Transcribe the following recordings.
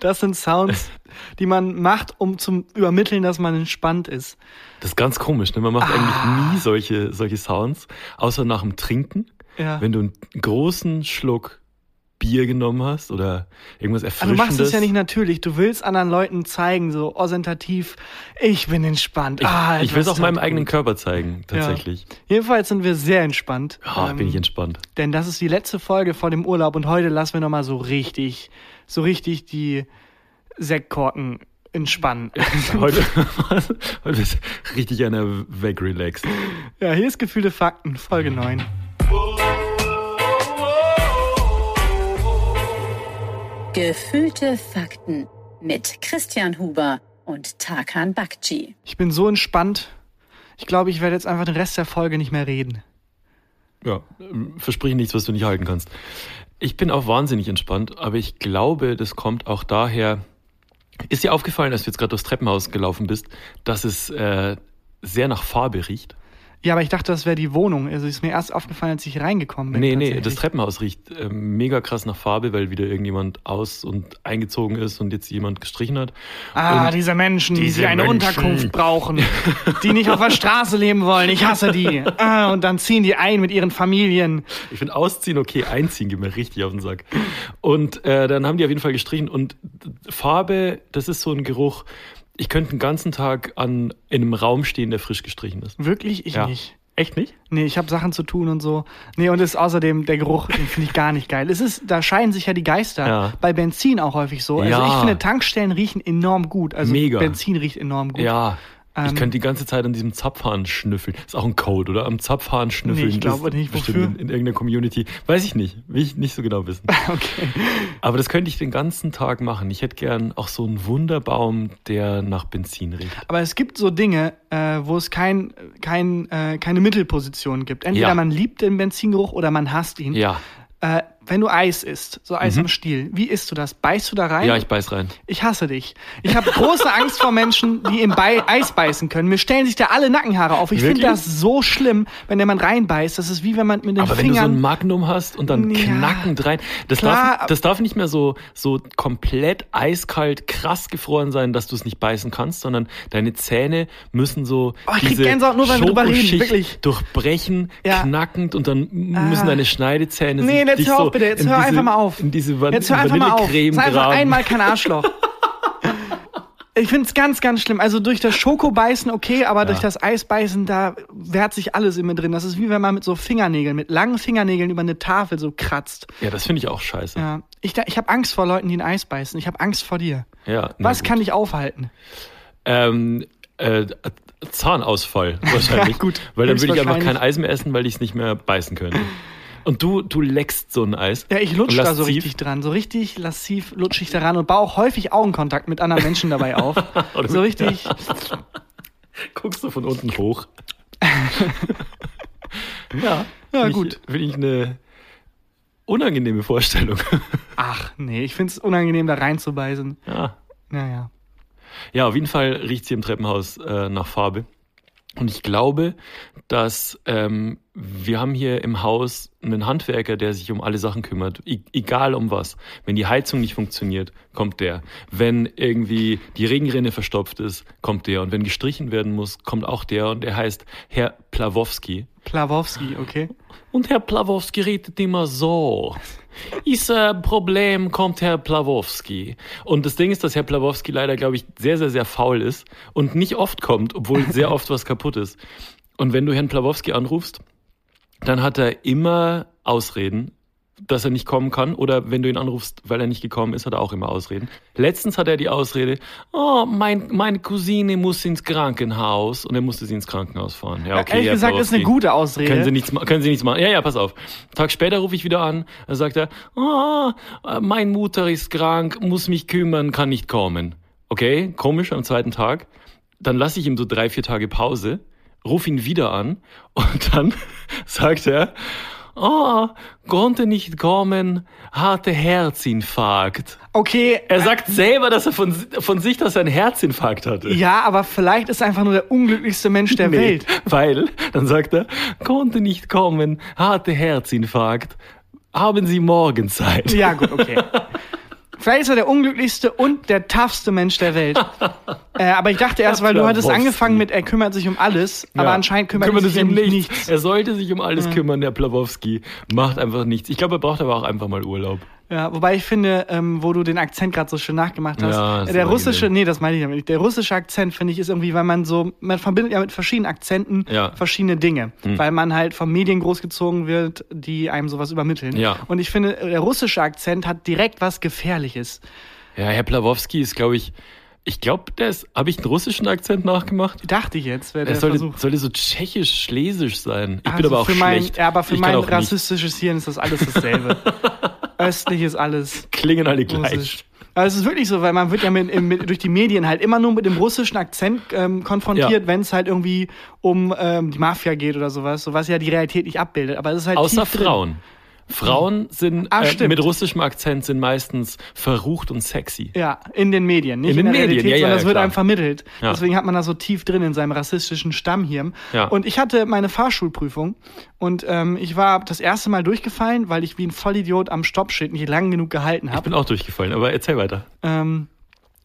Das sind Sounds, die man macht, um zu übermitteln, dass man entspannt ist. Das ist ganz komisch, ne? Man macht Ah. eigentlich nie solche, solche Sounds, außer nach dem Trinken. Ja. Wenn du einen großen Schluck Bier genommen hast oder irgendwas Also du Erfrischendes. machst es ja nicht natürlich. Du willst anderen Leuten zeigen, so ostentativ, ich bin entspannt. Ich, ah, ich will es etwas auch meinem tut eigenen gut. Körper zeigen, tatsächlich. Jedenfalls sind wir sehr entspannt. Ja, Ähm, bin ich entspannt. Denn das ist die letzte Folge vor dem Urlaub und heute lassen wir nochmal so richtig, so richtig die Sektkorken entspannen. Heute, heute ist richtig einer wegrelaxed. ja, hier ist Gefühle Fakten, Folge 9. Gefühlte Fakten mit Christian Huber und Tarkan Bakci. Ich bin so entspannt. Ich glaube, ich werde jetzt einfach den Rest der Folge nicht mehr reden. Ja, ähm, versprich nichts, was du nicht halten kannst. Ich bin auch wahnsinnig entspannt, aber ich glaube, das kommt auch daher. Ist dir aufgefallen, als du jetzt gerade durchs Treppenhaus gelaufen bist, dass es äh, sehr nach Farbe riecht? Ja, aber ich dachte, das wäre die Wohnung. Also ist mir erst aufgefallen, als ich reingekommen bin. Nee, nee, tatsächlich. das Treppenhaus riecht äh, mega krass nach Farbe, weil wieder irgendjemand aus- und eingezogen ist und jetzt jemand gestrichen hat. Ah, und diese Menschen, diese die eine Menschen. Unterkunft brauchen, die nicht auf der Straße leben wollen. Ich hasse die. Ah, und dann ziehen die ein mit ihren Familien. Ich finde Ausziehen okay, Einziehen geht mir richtig auf den Sack. Und äh, dann haben die auf jeden Fall gestrichen. Und Farbe, das ist so ein Geruch. Ich könnte den ganzen Tag an, in einem Raum stehen, der frisch gestrichen ist. Wirklich? Ich Ja. nicht. Echt nicht? Nee, ich habe Sachen zu tun und so. Nee, und es ist außerdem der Geruch, den finde ich gar nicht geil. Es ist, da scheiden sich ja die Geister. Ja. Bei Benzin auch häufig so. Also Ja. ich finde, Tankstellen riechen enorm gut. Also Mega. Benzin riecht enorm gut. Ja. Ähm. ich könnte die ganze Zeit an diesem Zapfhahn schnüffeln. Ist auch ein Code, oder? Am Zapfhahn schnüffeln. Nee, ich glaube Das nicht. bestimmt Wofür? In, in irgendeiner Community. Weiß ich nicht. Will ich nicht so genau wissen. Okay. Aber das könnte ich den ganzen Tag machen. Ich hätte gern auch so einen Wunderbaum, der nach Benzin riecht. Aber es gibt so Dinge, äh, wo es kein, kein, äh, keine Mittelposition gibt. Entweder Ja. man liebt den Benzingeruch oder man hasst ihn. Ja. Mhm. Äh, wenn du Eis isst, so Eis im Stiel, wie isst du das? Beißt du da rein? Ja, ich beiß rein. Ich hasse dich. Ich habe große Angst vor Menschen, die im Bei Eis beißen können. Mir stellen sich da alle Nackenhaare auf. Ich finde Wirklich? das so schlimm, wenn der Mann reinbeißt. Das ist wie wenn man mit den Aber wenn du so Fingern. ein Magnum hast und dann Ja. knackend rein, das, Klar, darf, das darf nicht mehr so, so komplett eiskalt, krass gefroren sein, dass du es nicht beißen kannst, sondern deine Zähne müssen so Oh, ich krieg diese Gänsehaut nur, wenn wir drüber reden, Schokoschicht wirklich. durchbrechen, Ja. Ah. knackend und dann müssen deine Schneidezähne nee, sich jetzt dich hör auf so bitte. Jetzt in hör diese, einfach mal auf. In diese Van jetzt hör einfach mal auf. Vanillecreme Sei einfach graben. einmal kein Arschloch. Ich finde es ganz, ganz schlimm. Also durch das Schokobeißen okay, aber durch das Eisbeißen, da wehrt sich alles in mir drin. Das ist wie wenn man mit so Fingernägeln, mit langen Fingernägeln über eine Tafel so kratzt. Ja, das finde ich auch scheiße. Ja. Ja. Ich, da- ich habe Angst vor Leuten, die ein Eis beißen. Ich habe Angst vor dir. na Was gut. kann ich aufhalten? Ähm, äh, Zahnausfall wahrscheinlich. Ja, gut. Weil dann würde ich einfach Höchstwahrscheinlich. kein Eis mehr essen, weil ich es nicht mehr beißen könnte. Und du, du leckst so ein Eis. Ja, ich lutsche da so Lasziv. richtig dran. So richtig lassiv lutsche ich da ran und baue auch häufig Augenkontakt mit anderen Menschen dabei auf. so richtig. Oh, Guckst du von unten hoch. ja. Ja, find ich, gut. Finde ich eine unangenehme Vorstellung. Ach nee, ich find's unangenehm, da reinzubeißen. ja. Naja. ja, auf jeden Fall riecht sie im Treppenhaus äh, nach Farbe. Und ich glaube, dass ähm, wir haben hier im Haus einen Handwerker, der sich um alle Sachen kümmert, e egal um was. Wenn die Heizung nicht funktioniert, kommt der. Wenn irgendwie die Regenrinne verstopft ist, kommt der. Und wenn gestrichen werden muss, kommt auch der. Und er heißt Herr Plawowski. Plawowski, okay? Und Herr Plawowski redet immer so. Ist ein Problem, kommt Herr Plawowski. Und das Ding ist, dass Herr Plawowski leider, glaube ich, sehr, sehr, sehr faul ist und nicht oft kommt, obwohl sehr oft was kaputt ist. Und wenn du Herrn Plawowski anrufst, dann hat er immer Ausreden, dass er nicht kommen kann. Oder wenn du ihn anrufst, weil er nicht gekommen ist, hat er auch immer Ausreden. Letztens hat er die Ausrede, oh, mein, meine Cousine muss ins Krankenhaus. Und er musste sie ins Krankenhaus fahren. Ja, okay, Ehrlich Herr gesagt, ist eine Plawowski. gute Ausrede. Können Sie, nichts, ma- können Sie nichts machen. Ja, ja, pass auf. Tag später rufe ich wieder an. Da sagt er, ah, mein Mutter ist krank, muss mich kümmern, kann nicht kommen. Okay, komisch am zweiten Tag. Dann lasse ich ihm so drei, vier Tage Pause, rufe ihn wieder an und dann sagt er, ah, konnte nicht kommen, hatte Herzinfarkt. okay, Er sagt selber, dass er von, von sich, dass er einen Herzinfarkt hatte. äh, ja, aber vielleicht ist er einfach nur der unglücklichste Mensch der Nee, Welt. Weil, dann sagt er, konnte nicht kommen, hatte Herzinfarkt. Haben Sie morgen Zeit? Ja, gut, okay. Vielleicht ist er der unglücklichste und der toughste Mensch der Welt. äh, aber ich dachte erst, weil du hattest Plawowski. angefangen mit, er kümmert sich um alles, aber anscheinend kümmert, kümmert er es sich um ihm nichts. nichts. Er sollte sich um alles kümmern, der Plawowski. Macht einfach nichts. Ich glaube, er braucht aber auch einfach mal Urlaub. Ja, wobei ich finde, ähm, wo du den Akzent gerade so schön nachgemacht hast, Ja, äh, ist der unangenehm. russische, nee, das meine ich damit nicht. Der russische Akzent finde ich ist irgendwie, weil man so, man verbindet ja mit verschiedenen Akzenten Ja. Hm. verschiedene Dinge, weil man halt von Medien großgezogen wird, die einem sowas übermitteln. Ja. Und ich finde, der russische Akzent hat direkt was Gefährliches. Ja, Herr Plawowski ist, glaube ich, ich glaube, der ist, habe ich einen russischen Akzent nachgemacht? Dachte ich jetzt, wäre der Er sollte, Versuch. sollte so tschechisch-schlesisch sein. Ich bin Also aber auch für mein, schlecht. Ja, aber für ich mein kann auch nicht. rassistisches Hirn ist das alles dasselbe. Östlich ist alles Klingen alle Russisch. gleich. Aber es ist wirklich so, weil man wird ja mit, mit, durch die Medien halt immer nur mit dem russischen Akzent ähm, konfrontiert, Ja. wenn es halt irgendwie um ähm, die Mafia geht oder sowas, so was ja die Realität nicht abbildet. Aber es ist halt Außer tief drin. Frauen. Frauen sind Ah, äh, stimmt. mit russischem Akzent sind meistens verrucht und sexy. Ja, in den Medien, nicht in, In den der Medien, Realität, ja, ja, sondern das ja, wird klar. einem vermittelt. Ja. Deswegen hat man da so tief drin in seinem rassistischen Stammhirn. Ja. Und ich hatte meine Fahrschulprüfung und ähm, ich war das erste Mal durchgefallen, weil ich wie ein Vollidiot am Stoppschild nicht lang genug gehalten Ich habe. bin auch durchgefallen, aber erzähl weiter. Ähm,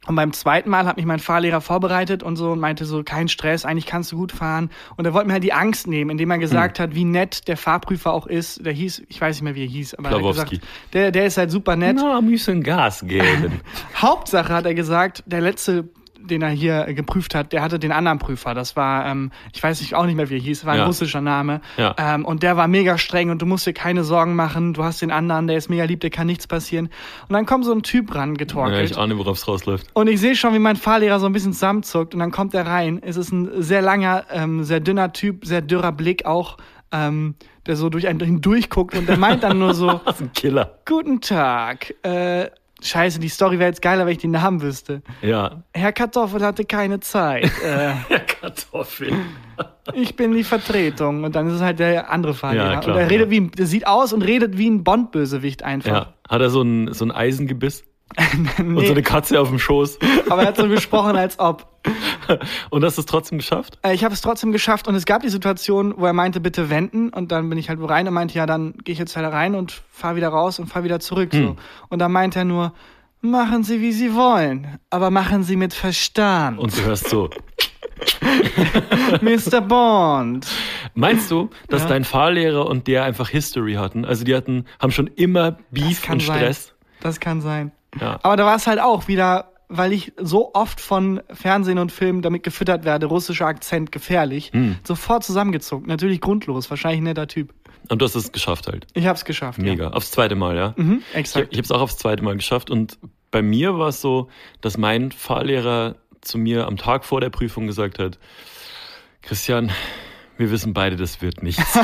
und beim zweiten Mal hat mich mein Fahrlehrer vorbereitet und so und meinte so, kein Stress, eigentlich kannst du gut fahren. Und er wollte mir halt die Angst nehmen, indem er Hm. gesagt hat, wie nett der Fahrprüfer auch ist. Der hieß, ich weiß nicht mehr, wie er hieß, aber er hat Klawowski. gesagt, der, der ist halt super nett. Na, müssen Gas geben. Hauptsache hat er gesagt, der letzte, den er hier äh, geprüft hat, der hatte den anderen Prüfer. Das war, ähm, ich weiß nicht, auch nicht mehr, wie er hieß, war ein Ja. russischer Name. Ja. Ähm, und der war mega streng und du musst dir keine Sorgen machen. Du hast den anderen, der ist mega lieb, der kann nichts passieren. Und dann kommt so ein Typ ran ja, getorkelt. ich ahne, worauf es rausläuft. Und ich sehe schon, wie mein Fahrlehrer so ein bisschen zusammenzuckt und dann kommt er rein. Es ist ein sehr langer, ähm, sehr dünner Typ, sehr dürrer Blick auch, ähm, der so durch einen hindurchguckt und der meint dann nur so, Das ist ein Killer. guten Tag, äh, scheiße, die Story wäre jetzt geiler, wenn ich den Namen wüsste. Ja. Herr Kartoffel hatte keine Zeit, äh, Der Kartoffel. ich bin die Vertretung. Und dann ist es halt der andere Fahrlehrer. Ja, klar, und er redet ja. wie, ein- der sieht aus und redet wie ein Bond-Bösewicht einfach. Ja. Hat er so ein, so ein Eisengebiss und Nee. so eine Katze auf dem Schoß. Aber er hat so gesprochen, als ob. Und hast du es trotzdem geschafft? Äh, Ich habe es trotzdem geschafft und es gab die Situation, wo er meinte, bitte wenden und dann bin ich halt wo rein und meinte, ja, dann gehe ich jetzt halt rein und fahr wieder raus und fahr wieder zurück. Hm. So. Und dann meinte er nur, machen Sie, wie Sie wollen, aber machen Sie mit Verstand. Und du hörst so. Mr. Bond. Meinst du, dass dein Fahrlehrer und der einfach History hatten? Also die hatten, haben schon immer Beef und Stress. sein. Das kann sein. Ja. Aber da war es halt auch wieder, weil ich so oft von Fernsehen und Filmen damit gefüttert werde, russischer Akzent gefährlich, Hm. sofort zusammengezogen. Natürlich grundlos, wahrscheinlich ein netter Typ. Und du hast es geschafft halt. Ich hab's geschafft. Mega. Aufs zweite Mal, ja? Ja. Mhm, Ich, hab- exakt. ich habe es auch aufs zweite Mal geschafft und bei mir war es so, dass mein Fahrlehrer zu mir am Tag vor der Prüfung gesagt hat, Christian, wir wissen beide, das wird nichts.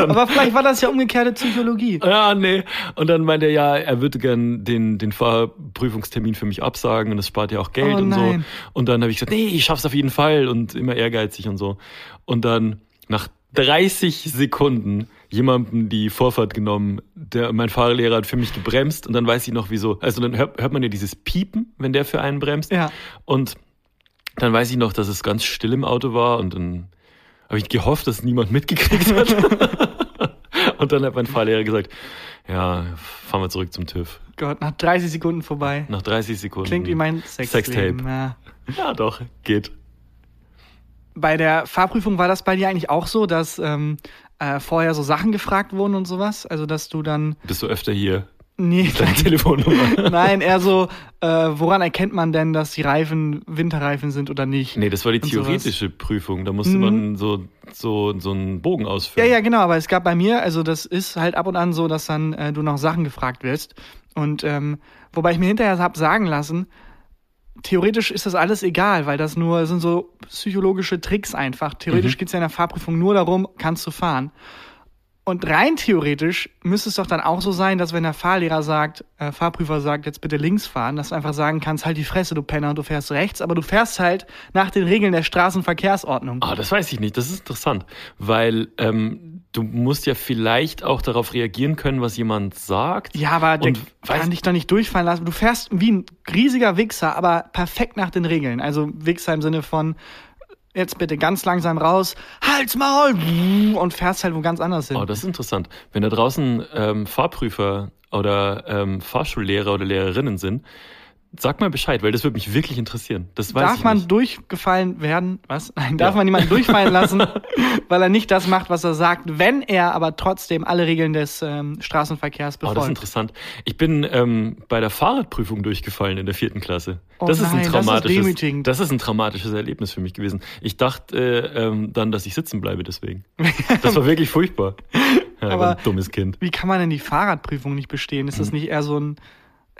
Aber vielleicht war das ja umgekehrte Psychologie. ja, nee. Und dann meinte er, ja, er würde gern den, den Fahrprüfungstermin für mich absagen und das spart ja auch Geld Oh und nein. so. Und dann habe ich gesagt, nee, ich schaff's auf jeden Fall und immer ehrgeizig und so. Und dann nach 30 Sekunden jemandem die Vorfahrt genommen. Der, mein Fahrlehrer hat für mich gebremst und dann weiß ich noch wieso. Also dann hört, hört man ja dieses Piepen, wenn der für einen bremst. Ja. Und dann weiß ich noch, dass es ganz still im Auto war und dann habe ich gehofft, dass niemand mitgekriegt hat. und dann hat mein Fahrlehrer gesagt, ja, fahren wir zurück zum TÜV. Gott, nach 30 Sekunden vorbei. Nach 30 Sekunden. Klingt wie mein Sexleben. Sextape. Ja. Ja, doch, geht. Bei der Fahrprüfung war das bei dir eigentlich auch so, dass ähm, äh, vorher so Sachen gefragt wurden und sowas? Also, dass du dann. Bist du öfter hier? Nee, Deine Telefonnummer. nein, eher so, äh, woran erkennt man denn, dass die Reifen Winterreifen sind oder nicht? Nee, das war die Und sowas. theoretische Prüfung. Da musste man so, so, so einen Bogen Ja, ausfüllen. ja, genau, aber es gab bei mir, also das ist halt ab und an so, dass dann äh, du noch Sachen gefragt wirst. Und ähm, wobei ich mir hinterher hab sagen lassen, theoretisch ist das alles egal, weil das nur das sind so psychologische Tricks einfach. Theoretisch geht's ja in der Fahrprüfung nur darum, kannst du fahren. Und rein theoretisch müsste es doch dann auch so sein, dass wenn der Fahrlehrer sagt, äh, Fahrprüfer sagt, jetzt bitte links fahren, dass du einfach sagen kannst, halt die Fresse, du Penner, und du fährst rechts, aber du fährst halt nach den Regeln der Straßenverkehrsordnung. Ah, das weiß ich nicht. Das ist interessant, weil ähm, du musst ja vielleicht auch darauf reagieren können, was jemand sagt. Ja, aber der Und weiß- kann dich doch nicht durchfallen lassen. Du fährst wie ein riesiger Wichser, aber perfekt nach den Regeln. Also Wichser im Sinne von jetzt bitte ganz langsam raus, Hals, Maul und fährst halt wo ganz anders hin. Oh, das ist interessant. Wenn da draußen ähm, Fahrprüfer oder ähm, Fahrschullehrer oder Lehrerinnen sind, sag mal Bescheid, weil das würde mich wirklich interessieren. Das weiß Darf ich man nicht. durchgefallen werden? Was? Nein, darf Ja. man niemanden durchfallen lassen, weil er nicht das macht, was er sagt, wenn er aber trotzdem alle Regeln des ähm, Straßenverkehrs Oh, das ist befolgt. interessant. Ich bin ähm, bei der Fahrradprüfung durchgefallen in der vierten Klasse. Oh das nein, ist das ein ist traumatisches, das ist, demütigend. ein traumatisches Erlebnis für mich gewesen. Ich dachte äh, ähm, dann, dass ich sitzen bleibe deswegen. Das war wirklich furchtbar. Ja, Aber- Aber ein dummes Kind. Wie kann man denn die Fahrradprüfung nicht bestehen? Ist das Mhm. nicht eher so ein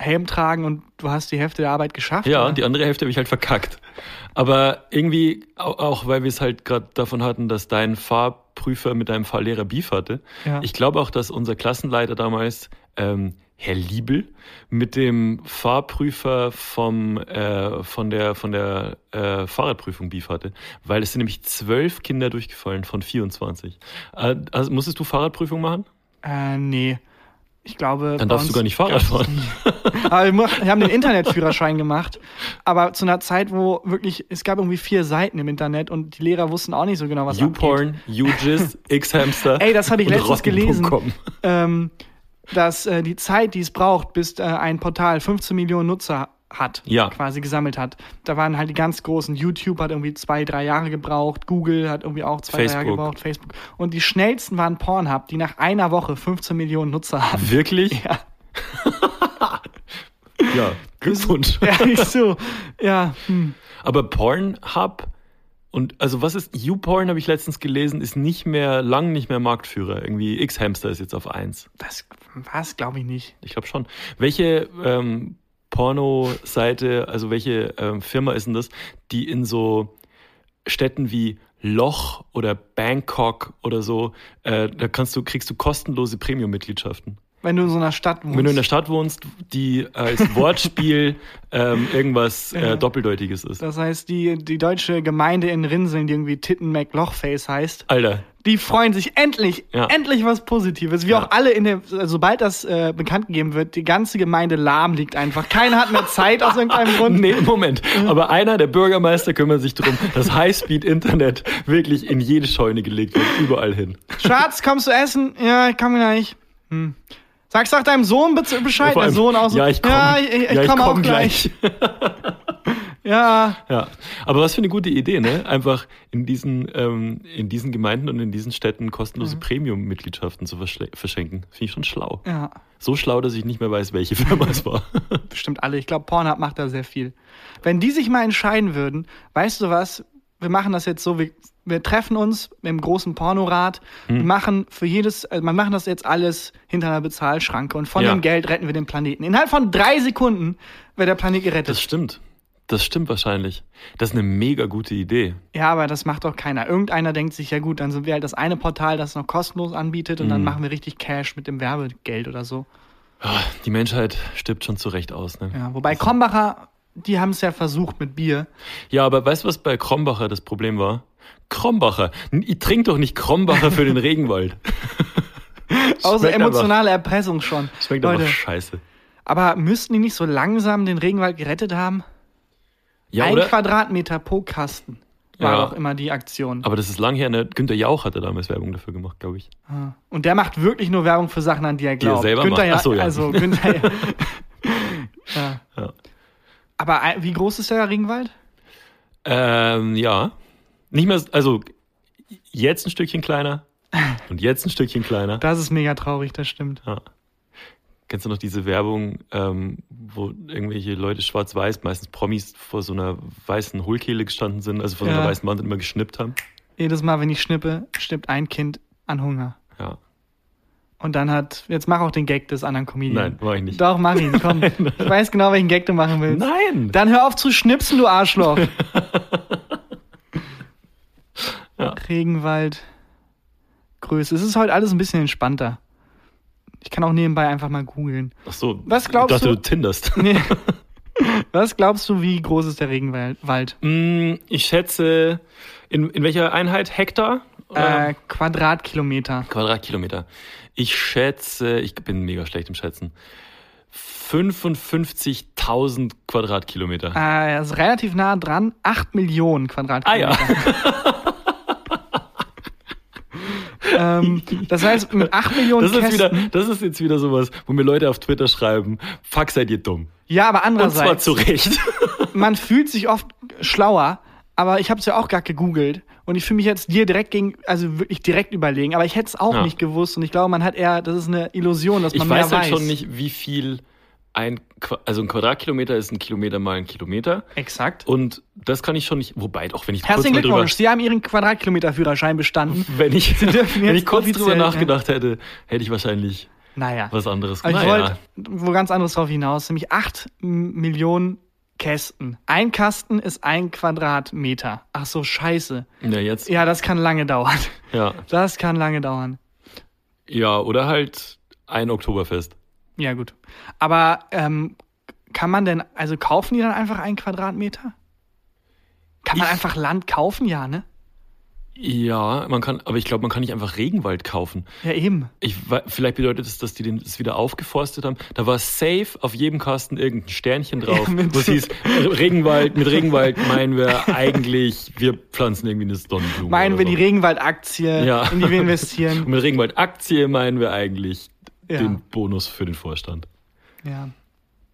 Helm tragen und du hast die Hälfte der Arbeit geschafft? Ja, oder? die andere Hälfte habe ich halt verkackt. Aber irgendwie au- auch, weil wir es halt gerade davon hatten, dass dein Fahrprüfer mit deinem Fahrlehrer Beef hatte. Ja. Ich glaube auch, dass unser Klassenleiter damals, ähm, Herr Liebel, mit dem Fahrprüfer vom, äh, von der, von der äh, Fahrradprüfung Beef hatte. Weil es sind nämlich zwölf Kinder durchgefallen von 24. Äh, also musstest du Fahrradprüfung machen? Äh, nee. Ich glaube. Dann bei darfst du uns gar nicht Fahrrad gab's das fahren. nicht. Aber wir, mu- wir haben den Internetführerschein gemacht. Aber zu einer Zeit, wo wirklich, es gab irgendwie vier Seiten im Internet und die Lehrer wussten auch nicht so genau, was abgeht. YouPorn, UGIS, X-Hamster. Ey, das habe ich und letztens Rotten.com. gelesen. Ähm, dass äh, die Zeit, die es braucht, bis äh, ein Portal 15 Millionen Nutzer hat, Ja. quasi gesammelt hat. Da waren halt die ganz großen. YouTube hat irgendwie zwei, drei Jahre gebraucht, Google hat irgendwie auch zwei, drei Jahre Facebook. gebraucht, Facebook. Und die schnellsten waren Pornhub, die nach einer Woche 15 Millionen Nutzer hatten. Wirklich? Ja. Ja, Glückwunsch. Ja, nicht so. Ja, hm. Aber Pornhub und also was ist YouPorn habe ich letztens gelesen, ist nicht mehr lang nicht mehr Marktführer. Irgendwie X-Hamster ist jetzt auf eins. das war's, glaube ich, nicht. Ich glaube schon. Welche ähm, Porno-Seite, also welche ähm, Firma ist denn das, die in so Städten wie Loch oder Bangkok oder so, äh, da kannst du kriegst du kostenlose Premium-Mitgliedschaften. Wenn du in so einer Stadt wohnst. Wenn du in der Stadt wohnst, die äh, als Wortspiel ähm, irgendwas Ja. äh, doppeldeutiges ist. das heißt, die, die deutsche Gemeinde in Rinseln, die irgendwie Titten McLochface heißt, Alter, die freuen sich endlich, Ja. endlich was Positives. Wie Ja. auch alle in der, sobald das äh, bekannt gegeben wird, die ganze Gemeinde lahm liegt einfach. Keiner hat mehr Zeit aus irgendeinem Grund. Nee, Moment. Aber einer, der Bürgermeister, kümmert sich darum, dass Highspeed-Internet wirklich in jede Scheune gelegt wird, überall hin. Schatz, kommst du essen? Ja, ich komm gleich. Hm. Sag, sag deinem Sohn bitte Bescheid. Vor Der allem, Sohn aus. Ja, ich komme. Ja, ich, ich, ich komm auch gleich. Ja. Ja. Aber was für eine gute Idee, ne? Einfach in diesen, ähm, in diesen Gemeinden und in diesen Städten kostenlose Mhm. Premium-Mitgliedschaften zu verschle- verschenken. Finde ich schon schlau. Ja, So schlau, dass ich nicht mehr weiß, welche Firma es war. bestimmt alle. Ich glaube, Pornhub macht da sehr viel. Wenn die sich mal entscheiden würden, weißt du was? Wir machen das jetzt so, wir, wir treffen uns im großen Pornorat, Hm. wir machen für jedes, äh, wir machen das jetzt alles hinter einer Bezahlschranke und von Ja. dem Geld retten wir den Planeten. Innerhalb von drei Sekunden wird der Planet Das gerettet. stimmt. Das stimmt wahrscheinlich. Das ist eine mega gute Idee. ja, aber das macht doch keiner. Irgendeiner denkt sich, ja gut, dann sind wir halt das eine Portal, das es noch kostenlos anbietet und Hm. dann machen wir richtig Cash mit dem Werbegeld oder so. Ah, Die Menschheit stirbt schon zu Recht aus, ne? Ja, wobei Krombacher, die haben es ja versucht mit Bier. Ja, aber weißt du, was bei Krombacher das Problem war? Krombacher. N- Ich trink doch nicht Krombacher für den Regenwald. Außer Schmeckt einfach- emotionale Erpressung schon. Schmeckt Leute, aber scheiße. aber müssten die nicht so langsam den Regenwald gerettet haben? Ja, Ein oder? Quadratmeter pro Kasten war Ja. doch immer die Aktion. Aber das ist lang her, ne? Günter Jauch hatte damals Werbung dafür gemacht, glaube ich. Ah. Und der macht wirklich nur Werbung für Sachen, an die er er glaubt. selber Günther macht. Ach so, ja. Also Günther ja. Ja. Aber äh, wie groß ist der Regenwald? Ähm, ja. Nicht mehr, s- also jetzt ein Stückchen kleiner und jetzt ein Stückchen kleiner. Das ist mega traurig, das stimmt. Kennst du noch diese Werbung, ähm, wo irgendwelche Leute schwarz-weiß, meistens Promis vor so einer weißen Hohlkehle gestanden sind, also vor so Ja. einer weißen Wand und immer geschnippt haben? Jedes Mal, wenn ich schnippe, stirbt ein Kind an Hunger. Ja. Und dann hat, jetzt mach auch den Gag des anderen Comedian. Nein, mach ich nicht. Doch, mach ihn, komm. Ich weiß genau, welchen Gag du machen willst. Nein! Dann hör auf zu schnipsen, du Arschloch. Regenwald, Größe. Es ist heute alles ein bisschen entspannter. Ich kann auch nebenbei einfach mal googeln. Ach so. Was glaubst ich dachte, du- du tinderst. Nee. Was glaubst du, wie groß ist der Regenwald? Wald? Mm, Ich schätze, in, in welcher Einheit? Hektar? Oder Äh, Quadratkilometer. Quadratkilometer. Ich schätze, ich bin mega schlecht im Schätzen. 55.000 Quadratkilometer. Äh, er ist relativ nah dran. 8 Millionen Ah ja, Quadratkilometer. ähm, das heißt, mit 8 Millionen Das ist, Kästen. wieder, das ist jetzt wieder sowas, wo mir Leute auf Twitter schreiben, fuck, seid ihr dumm. ja, aber Und zwar andererseits, zu Recht. man fühlt sich oft schlauer, aber ich habe es ja auch gerade gegoogelt und ich fühle mich jetzt dir direkt gegen, also wirklich direkt überlegen, aber ich hätte es auch Ja. nicht gewusst und ich glaube, man hat eher, das ist eine Illusion, dass man Ich mehr weiß halt weiß. schon nicht, wie viel ein, Qua- also ein Quadratkilometer ist ein Kilometer mal ein Kilometer. Exakt. Und das kann ich schon nicht, wobei, auch wenn ich Oh, kurz Herzlichen mal drüber, Glückwunsch, Sie haben Ihren Quadratkilometerführerschein bestanden. wenn ich, dürfen wenn jetzt ich kurz drüber offiziell, ja. nachgedacht hätte, hätte ich wahrscheinlich Naja. was anderes Aber ich Naja. wollte wo ganz anderes drauf hinaus, nämlich 8 Millionen Kästen. Ein Kasten ist ein Quadratmeter. Ach so, scheiße. Ja, jetzt. Ja, das kann lange dauern. Ja. Das kann lange dauern. ja, oder halt ein Oktoberfest. Ja, gut. Aber ähm, kann man denn, also kaufen die dann einfach einen Quadratmeter? Kann man Ich- einfach Land kaufen? Ja, ne? Ja, man kann, aber ich glaube, man kann nicht einfach Regenwald kaufen. Ja, eben. Ich, we- vielleicht bedeutet es, dass die den, das wieder aufgeforstet haben. Da war safe auf jedem Kasten irgendein Sternchen drauf, Ja, mit- wo es hieß, Regenwald, mit Regenwald meinen wir eigentlich, wir pflanzen irgendwie eine Sonnenblume. Meinen oder wir so. die Regenwaldaktie, Ja. in die wir investieren? Und mit Regenwald-Aktie meinen wir eigentlich Ja. den Bonus für den Vorstand. Ja.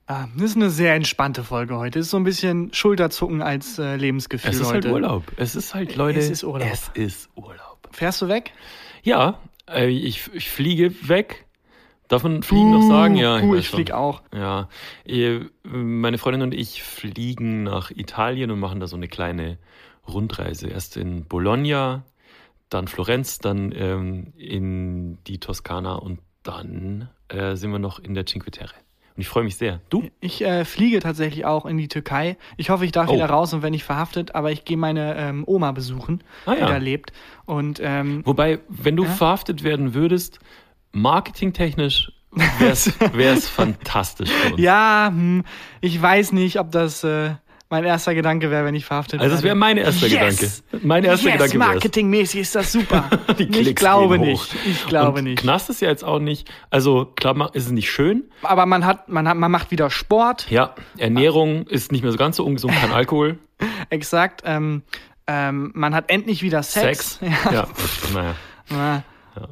Ah, das ist eine sehr entspannte Folge heute. Das ist so ein bisschen Schulterzucken als äh, Lebensgefühl Es ist heute. halt Urlaub. Es ist halt, Leute. Es ist Urlaub. Es ist Urlaub. Fährst du weg? Ja, äh, ich, ich fliege weg. Darf man fliegen noch sagen? Ja, ich, uh, weiß ich schon. flieg auch. Ja, ihr- meine Freundin und ich fliegen nach Italien und machen da so eine kleine Rundreise. Erst in Bologna, dann Florenz, dann ähm, in die Toskana und dann äh, sind wir noch in der Cinque Terre. Und ich freue mich sehr. Du? Ich äh, fliege tatsächlich auch in die Türkei. Ich hoffe, ich darf Oh. wieder raus und wenn nicht verhaftet, aber ich gehe meine ähm, Oma besuchen, Ah, die ja. da lebt. Und ähm, Wobei, wenn du Ja. verhaftet werden würdest, marketingtechnisch wäre es fantastisch für uns. ja, hm, ich weiß nicht, ob das äh, mein erster Gedanke wäre, wenn ich verhaftet Also, das wäre werde. mein erster Yes! Gedanke. Mein erster yes, Gedanke wäre marketingmäßig ist das super. Die ich Klicks glaube gehen nicht. hoch. Ich glaube Und nicht. Knast ist ja jetzt auch nicht. Also klar ma- ist es nicht schön. Aber man hat, man hat, man macht wieder Sport. Ja, Ernährung ist nicht mehr so ganz so ungesund, kein Alkohol, Exakt. Ähm, ähm, man hat endlich wieder Sex. Sex. Ja, pff, naja. Ja.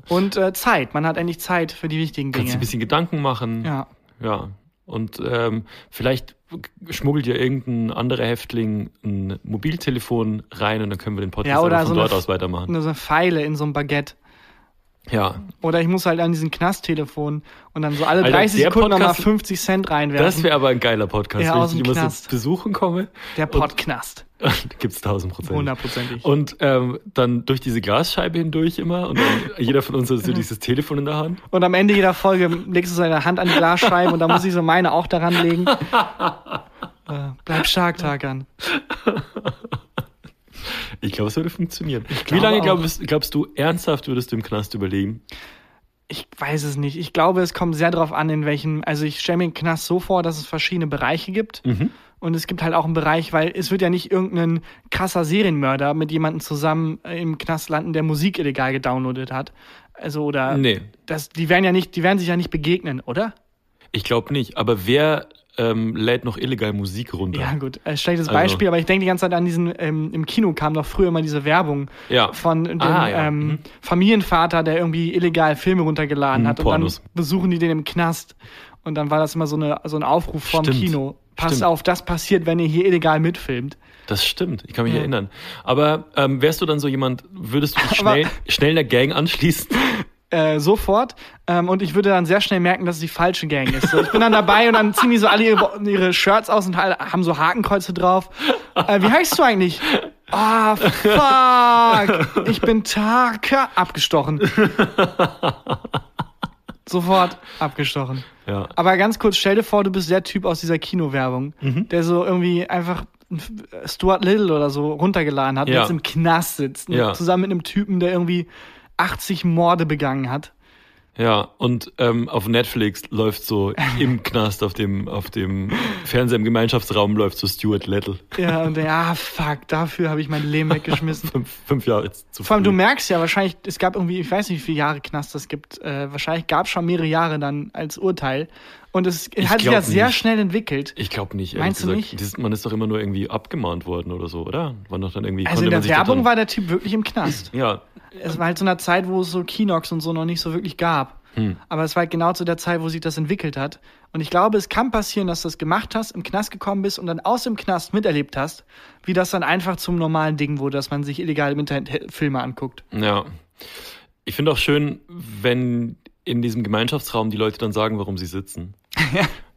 Und äh, Zeit. Man hat endlich Zeit für die wichtigen Kannst Dinge. ein bisschen Gedanken machen. ja. Ja. Und ähm, vielleicht schmuggelt ja irgendein anderer Häftling ein Mobiltelefon rein und dann können wir den Podcast Ja, oder einfach von so eine dort aus weitermachen. Nur so Pfeile in so einem Baguette. Ja, Oder ich muss halt an diesen Knasttelefon und dann so alle Alter, 30 der Sekunden nochmal Podcast- 50 Cent das reinwerfen. wäre aber ein geiler Podcast, Ja, wenn aus ich dich dem immer Knast. so besuchen komme. Der Podknast. Gibt es tausend Prozent. Hundertprozentig. Und ähm, dann durch diese Glasscheibe hindurch immer und dann jeder von uns hat so dieses Telefon in der Hand. Und am Ende jeder Folge legst du seine Hand an die Glasscheibe und dann muss ich so meine auch daran legen. Äh, Bleib stark, Tarkan. Ich glaube, es würde funktionieren. Wie glaube lange auch. glaubst, glaubst du ernsthaft würdest du im Knast überleben? Ich weiß es nicht. Ich glaube, es kommt sehr darauf an, in welchen. Also ich stelle mir den Knast so vor, dass es verschiedene Bereiche gibt. Mhm. Und es gibt halt auch einen Bereich, weil es wird ja nicht irgendein krasser Serienmörder mit jemandem zusammen äh, im Knast landen, der Musik illegal gedownloadet hat. Also oder Nee. das, die werden ja nicht, die werden sich ja nicht begegnen, oder? Ich glaube nicht. Aber wer ähm, lädt noch illegal Musik runter? Ja, gut. Äh, schlechtes Also- Beispiel, aber ich denke die ganze Zeit an diesen, ähm, im Kino kam doch früher immer diese Werbung Ja. von dem Ah, ja. ähm, Mhm. Familienvater, der irgendwie illegal Filme runtergeladen Mhm, hat. Und Pornos. dann besuchen die den im Knast. Und dann war das immer so, eine, so ein Aufruf vom Stimmt. Kino. Passt Stimmt. auf, das passiert, wenn ihr hier illegal mitfilmt. Das stimmt. Ich kann mich Ja. erinnern. Aber ähm, wärst du dann so jemand, würdest du dich schnell, schnell der Gang anschließen? Äh, sofort. Ähm, und ich würde dann sehr schnell merken, dass es die falsche Gang ist. So, ich bin dann dabei und dann ziehen die so alle ihre, ihre Shirts aus und alle haben so Hakenkreuze drauf. Äh, wie heißt du eigentlich? Ah, fuck. Ich bin Taka. Abgestochen. Sofort abgestochen. Ja. Aber ganz kurz, stell dir vor, du bist der Typ aus dieser Kinowerbung, Mhm. der so irgendwie einfach äh, Stuart Little oder so runtergeladen hat und Ja. jetzt im Knast sitzt. Ja. Zusammen mit einem Typen, der irgendwie 80 Morde begangen hat. Ja. Und ähm, auf Netflix läuft so im Knast auf dem, auf dem Fernseher im Gemeinschaftsraum läuft so Stuart Little. Ja, und der, ah, fuck, dafür habe ich mein Leben weggeschmissen. Fünf, fünf Jahre zu Vor allem, früh. du merkst ja wahrscheinlich, es gab irgendwie, ich weiß nicht, wie viele Jahre Knast es gibt. Äh, wahrscheinlich gab es schon mehrere Jahre dann als Urteil. Und es hat sich ja glaub sehr nicht. schnell entwickelt. Ich glaube nicht. Meinst du ehrlich nicht? Das- Man ist doch immer nur irgendwie abgemahnt worden oder so, oder? War doch dann irgendwie. Also in man der sich doch Werbung dann- war der Typ wirklich im Knast. Ja. Es war halt zu einer Zeit, wo es so Kinox und so noch nicht so wirklich gab. Hm. Aber es war halt genau zu der Zeit, wo sich das entwickelt hat. Und ich glaube, es kann passieren, dass du das gemacht hast, im Knast gekommen bist und dann aus dem Knast miterlebt hast, wie das dann einfach zum normalen Ding wurde, dass man sich illegal im Internet Filme anguckt. Ja. Ich finde auch schön, wenn in diesem Gemeinschaftsraum die Leute dann sagen, warum sie sitzen.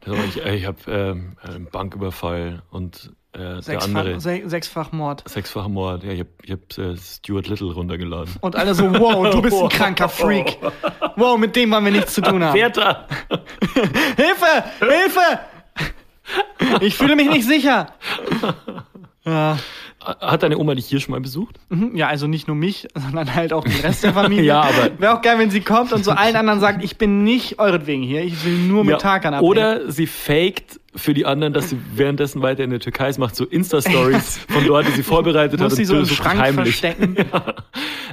Also ich ich habe ähm, einen Banküberfall und äh, der andere Sechsfach, se sechsfach Mord. sechsfacher Mord. Ja, ich habe ich hab, äh, Stuart Little runtergeladen. Und alle so, wow, du bist ein kranker Freak. Wow, mit dem wollen wir nichts zu tun haben. Werter! Hilfe! Hilfe! Ich fühle mich nicht sicher. Ja. Hat deine Oma dich hier schon mal besucht? Mhm. ja, also nicht nur mich, sondern halt auch den Rest der Familie. Ja, aber- Wäre auch geil, wenn sie kommt und so allen anderen sagt, ich bin nicht euretwegen hier, ich will nur mit Tarkan abhängen. Oder sie faked für die anderen, dass sie währenddessen weiter in der Türkei ist, macht so Insta-Stories von dort, die sie vorbereitet hat muss sie so im versucht Schrank verstecken.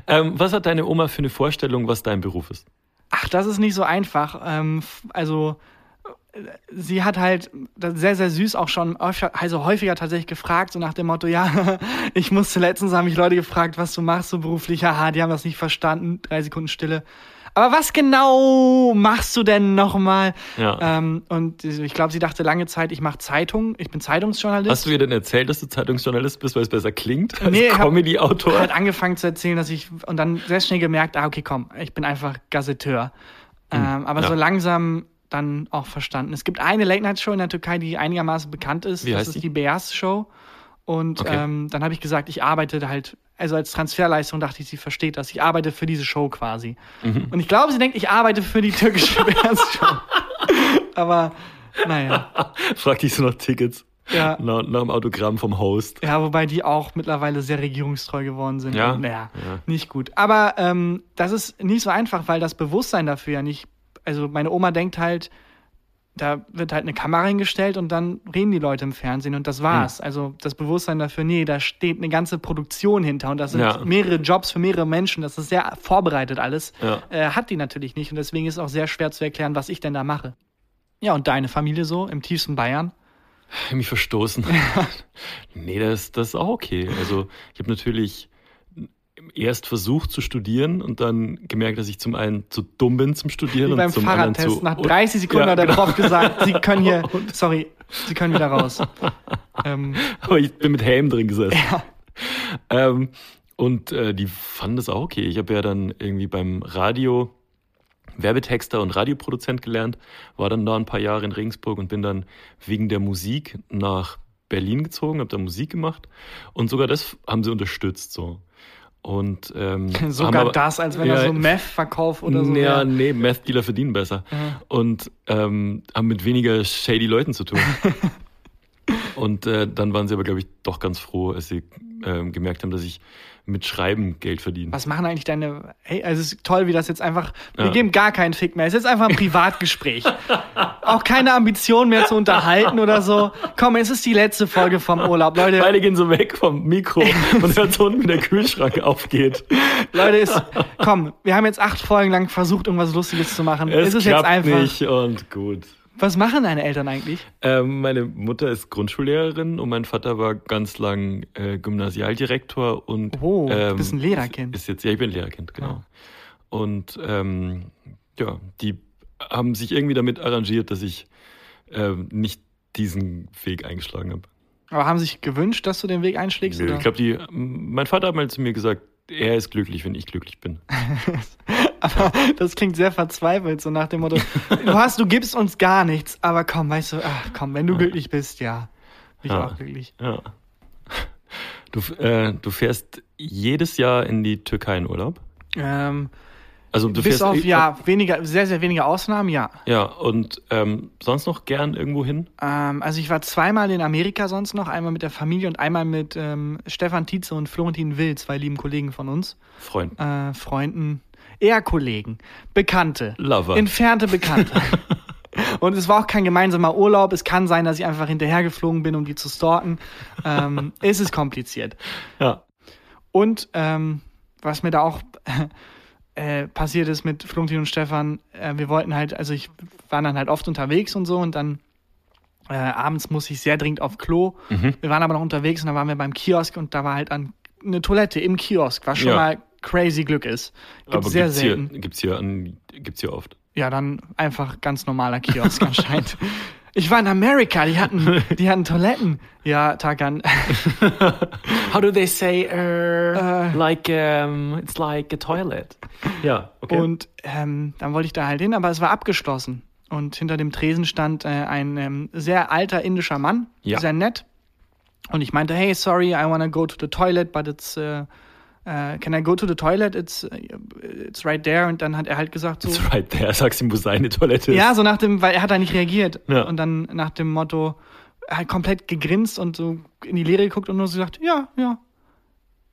Ähm, was hat deine Oma für eine Vorstellung, was dein Beruf ist? Ach, das ist nicht so einfach. Ähm, f- also äh, sie hat halt das sehr, sehr süß auch schon öfter, also häufiger tatsächlich gefragt, so nach dem Motto, ja, ich musste letztens, haben mich Leute gefragt, was du machst so beruflich. Haha, die haben das nicht verstanden. Drei Sekunden Stille. Aber was genau machst du denn nochmal? Ja. Ähm, und ich glaube, sie dachte lange Zeit, ich mache Zeitung, ich bin Zeitungsjournalist. Hast du ihr denn erzählt, dass du Zeitungsjournalist bist, weil es besser klingt als Nee, ich hab- Comedy-Autor? halt angefangen zu erzählen, dass ich und dann sehr schnell gemerkt, ah, okay, komm, ich bin einfach Gazetteur. ähm, aber Mhm. ja. so langsam dann auch verstanden. Es gibt eine Late-Night-Show in der Türkei, die einigermaßen bekannt ist. Wie das heißt ist die? die Bears-Show. Und Okay. ähm, dann habe ich gesagt, ich arbeite halt, also als Transferleistung dachte ich, sie versteht das. Ich arbeite für diese Show quasi. Mhm. Und ich glaube, sie denkt, ich arbeite für die türkische Bears-Show. aber naja. Frag dich so nach Tickets. Ja. Nach, nach dem Autogramm vom Host. Ja, wobei die auch mittlerweile sehr regierungstreu geworden sind. Ja? Und, Naja, Ja. nicht gut. Aber ähm, das ist nicht so einfach, weil das Bewusstsein dafür ja nicht. Also meine Oma denkt halt, da wird halt eine Kamera hingestellt und dann reden die Leute im Fernsehen und das Hm. war's. Also das Bewusstsein dafür, nee, da steht eine ganze Produktion hinter und das sind Ja. mehrere Jobs für mehrere Menschen. Das ist sehr vorbereitet alles. Ja. Äh, hat die natürlich nicht und deswegen ist auch sehr schwer zu erklären, was ich denn da mache. Ja, und deine Familie so im tiefsten Bayern? Ich hab mich verstoßen. nee, das, das ist auch okay. Also ich habe natürlich erst versucht zu studieren und dann gemerkt, dass ich zum einen zu dumm bin zum Studieren Wie und beim zum anderen zu... Fahrradtest. Nach 30 Sekunden Ja, hat der genau. Prof gesagt, Sie können hier, sorry, Sie können wieder raus. ähm, Aber ich bin mit Helm drin gesessen. Ähm, und äh, die fanden das auch okay. Ich habe ja dann irgendwie beim Radio Werbetexter und Radioproduzent gelernt, war dann da ein paar Jahre in Regensburg und bin dann wegen der Musik nach Berlin gezogen, habe da Musik gemacht und sogar das haben sie unterstützt so. Und ähm, haben sogar aber- das, als wenn er Ja, so Meth verkauft oder so. ja, wäre. nee, Meth-Dealer verdienen besser. Und ähm, haben mit weniger shady Leuten zu tun. und äh, dann waren sie aber, glaube ich, doch ganz froh, als sie ähm, gemerkt haben, dass ich mit Schreiben Geld verdiene. Was machen eigentlich deine, hey, also es ist toll, wie das jetzt einfach, wir Ja. geben gar keinen Fick mehr. Es ist jetzt einfach ein Privatgespräch. Auch keine Ambition mehr zu unterhalten oder so. Komm, es ist die letzte Folge vom Urlaub. Leute, Beide gehen so weg vom Mikro und hört so unten, wie der Kühlschrank aufgeht. Leute, ist, komm, wir haben jetzt acht Folgen lang versucht, irgendwas Lustiges zu machen. Es, es ist jetzt klappt einfach. nicht und gut. Was machen deine Eltern eigentlich? Ähm, meine Mutter ist Grundschullehrerin und mein Vater war ganz lang äh, Gymnasialdirektor und Oh, du ähm, bist ein Lehrerkind. Ah. Ist jetzt, ja, ich bin Lehrerkind, genau. Und ähm, ja, die haben sich irgendwie damit arrangiert, dass ich ähm, nicht diesen Weg eingeschlagen habe. Aber haben sich gewünscht, dass du den Weg einschlägst? Nö, oder? Ich glaube, die, mein Vater hat mal zu mir gesagt, er ist glücklich, wenn ich glücklich bin. Aber das klingt sehr verzweifelt, so nach dem Motto, du hast, du gibst uns gar nichts, aber komm, weißt du, ach komm, wenn du glücklich bist, ja. Bin Ich Ja. auch glücklich. Ja. Du, f- äh, du fährst jedes Jahr in die Türkei in Urlaub. Ähm, Also du bis fährst auf, ja, weniger, sehr, sehr wenige Ausnahmen, ja. Ja, und ähm, sonst noch gern irgendwo hin? Ähm, also ich war zweimal in Amerika sonst noch, einmal mit der Familie und einmal mit ähm, Stefan Tietze und Florentin Will, zwei lieben Kollegen von uns, Freund. äh, Freunden, eher Kollegen, Bekannte. Lover. Entfernte Bekannte. Und es war auch kein gemeinsamer Urlaub. Es kann sein, dass ich einfach hinterhergeflogen bin, um die zu stalken. Ähm, es ist kompliziert. Ja. Und ähm, was mir da auch äh, passiert ist mit Florentin und Stefan, äh, wir wollten halt, also ich war dann halt oft unterwegs und so und dann äh, abends muss ich sehr dringend auf Klo. Mhm. Wir waren aber noch unterwegs und dann waren wir beim Kiosk und da war halt an, eine Toilette im Kiosk. War schon Ja. mal crazy Glück ist. Gibt's Aber sehr gibt's hier, selten. gibt's hier, an, gibt's hier oft. Ja, dann einfach ganz normaler Kiosk anscheinend. Ich war in Amerika, die hatten, die hatten Toiletten. Ja, Tagan. How do they say, uh, like, um, it's like a toilet? Ja, okay. Und ähm, dann wollte ich da halt hin, aber es war abgeschlossen. Und hinter dem Tresen stand äh, ein ähm, sehr alter indischer Mann, Ja. sehr nett. Und ich meinte, hey, sorry, I wanna go to the toilet, but it's, äh, äh, can I go to the toilet? It's, äh, it's right there. Und dann hat er halt gesagt so, It's right there. Sag's ihm, wo seine Toilette ist. ja, so nach dem, weil er hat da nicht reagiert. Ja. Und dann nach dem Motto, halt komplett gegrinst und so in die Leere geguckt und nur so gesagt, ja, ja.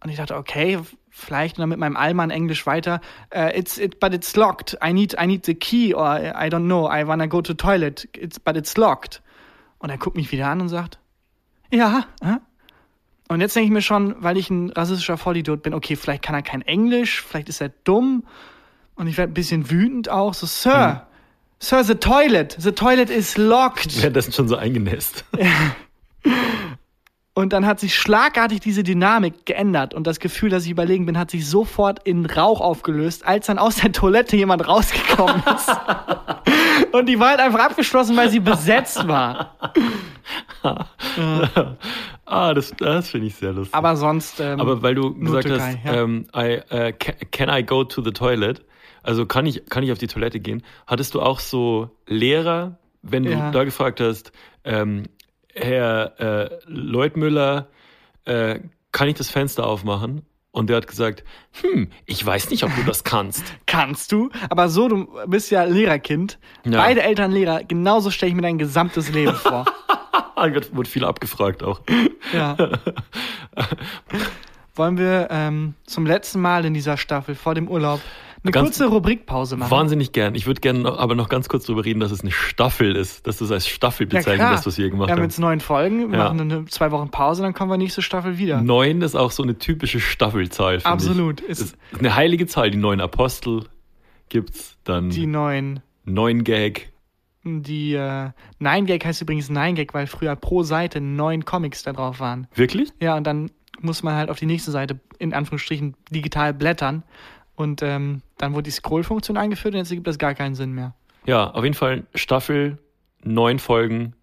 Und ich dachte, okay, vielleicht und dann mit meinem Allmann Englisch weiter. äh, it's, it, but it's locked. I need, I need the key or I don't know. I wanna go to toilet. It's, but it's locked. Und er guckt mich wieder an und sagt, ja. Hä? Und jetzt denke ich mir schon, weil ich ein rassistischer Vollidiot bin, okay, vielleicht kann er kein Englisch, vielleicht ist er dumm. Und ich werde ein bisschen wütend auch. So, Sir, Sir, the toilet, the toilet is locked. Währenddessen schon so eingenässt. Und dann hat sich schlagartig diese Dynamik geändert und das Gefühl, dass ich überlegen bin, hat sich sofort in Rauch aufgelöst, als dann aus der Toilette jemand rausgekommen ist. und die war halt einfach abgeschlossen, weil sie besetzt war. ah, das, das finde ich sehr lustig. Aber sonst. Ähm, Aber weil du nur gesagt hast, Türkei, ja. ähm, I, äh, ca- can I go to the toilet? Also kann ich, kann ich auf die Toilette gehen? Hattest du auch so Lehrer, wenn du Ja. da gefragt hast, ähm, Herr äh, Leutmüller, äh, kann ich das Fenster aufmachen? Und der hat gesagt, hm, ich weiß nicht, ob du das kannst. Kannst du, aber so, du bist ja Lehrerkind. Ja. Beide Eltern Lehrer, genauso stelle ich mir dein gesamtes Leben vor. Ah, wird, wurde viel abgefragt auch. ja. Wollen wir ähm, zum letzten Mal in dieser Staffel vor dem Urlaub eine Ganz- kurze Rubrikpause machen? Wahnsinnig gern. Ich würde gerne aber noch ganz kurz drüber reden, dass es eine Staffel ist, dass du es als Staffel bezeichnen lässt, was wir hier gemacht wir haben haben. jetzt neun Folgen, wir Ja. machen dann eine zwei Wochen Pause, dann kommen wir nächste Staffel wieder. Neun ist auch so eine typische Staffelzahl. finde Absolut. Ich. Es- Ist eine heilige Zahl. Die neun Apostel gibt's, dann Die neun, neun Gag. die äh, Nine Gag heißt übrigens Nine Gag, weil früher pro Seite neun Comics da drauf waren. Wirklich? Ja, und dann muss man halt auf die nächste Seite in Anführungsstrichen digital blättern. Und ähm, dann wurde die Scroll-Funktion eingeführt und jetzt gibt das gar keinen Sinn mehr. Ja, auf jeden Fall Staffel, neun Folgen.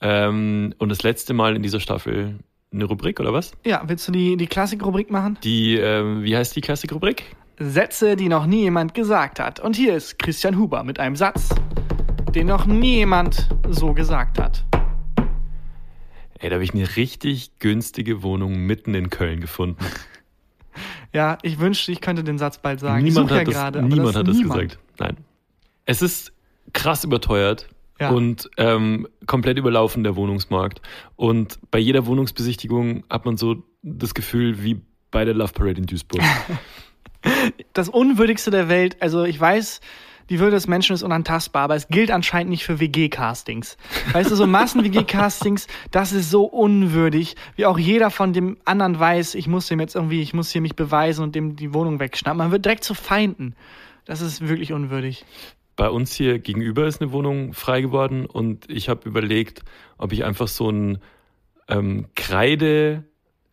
Ähm, und das letzte Mal in dieser Staffel eine Rubrik, oder was? Ja, willst du die, die Klassik-Rubrik machen? Die, ähm, wie heißt die Klassikrubrik? Sätze, die noch nie jemand gesagt hat. Und hier ist Christian Huber mit einem Satz, den noch nie jemand so gesagt hat. Ey, da habe ich eine richtig günstige Wohnung mitten in Köln gefunden. Ja, ich wünschte, ich könnte den Satz bald sagen. ich Niemand suche hat, ja das, gerade. aber niemand hat das niemand. gesagt. Nein. Es ist krass überteuert Ja. und ähm, komplett überlaufen der Wohnungsmarkt. Und bei jeder Wohnungsbesichtigung hat man so das Gefühl wie bei der Love Parade in Duisburg. Das Unwürdigste der Welt, also ich weiß, die Würde des Menschen ist unantastbar, aber es gilt anscheinend nicht für WG-Castings. Weißt du, so Massen-WG-Castings, das ist so unwürdig, wie auch jeder von dem anderen weiß, ich muss dem jetzt irgendwie, ich muss hier mich beweisen und dem die Wohnung wegschnappen. Man wird direkt zu Feinden. Das ist wirklich unwürdig. bei uns hier gegenüber ist eine Wohnung frei geworden und ich habe überlegt, ob ich einfach so einen ähm, Kreide,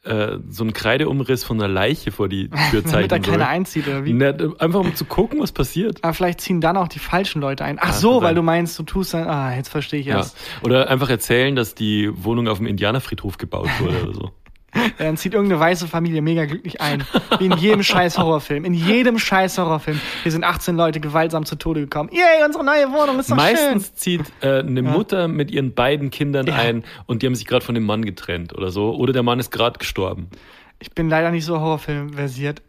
äh, so einen Kreideumriss von einer Leiche vor die Tür Damit da zeichnen soll. keiner einzieht oder wie. Na, Einfach um zu gucken, was passiert. Aber vielleicht ziehen dann auch die falschen Leute ein. Ach kann so, sein. weil du meinst, du tust dann, ah, jetzt verstehe ich Ja. erst. Oder einfach erzählen, dass die Wohnung auf dem Indianerfriedhof gebaut wurde oder so. Ja, Dann zieht irgendeine weiße Familie mega glücklich ein. Wie in jedem scheiß Horrorfilm. In jedem scheiß Horrorfilm. Hier sind 18 Leute gewaltsam zu Tode gekommen. Yay, unsere neue Wohnung ist doch Meistens zieht äh, eine Mutter mit ihren beiden Kindern ein und die haben sich gerade von dem Mann getrennt oder so. Oder der Mann ist gerade gestorben. schön. Ich bin leider nicht so Horrorfilm versiert.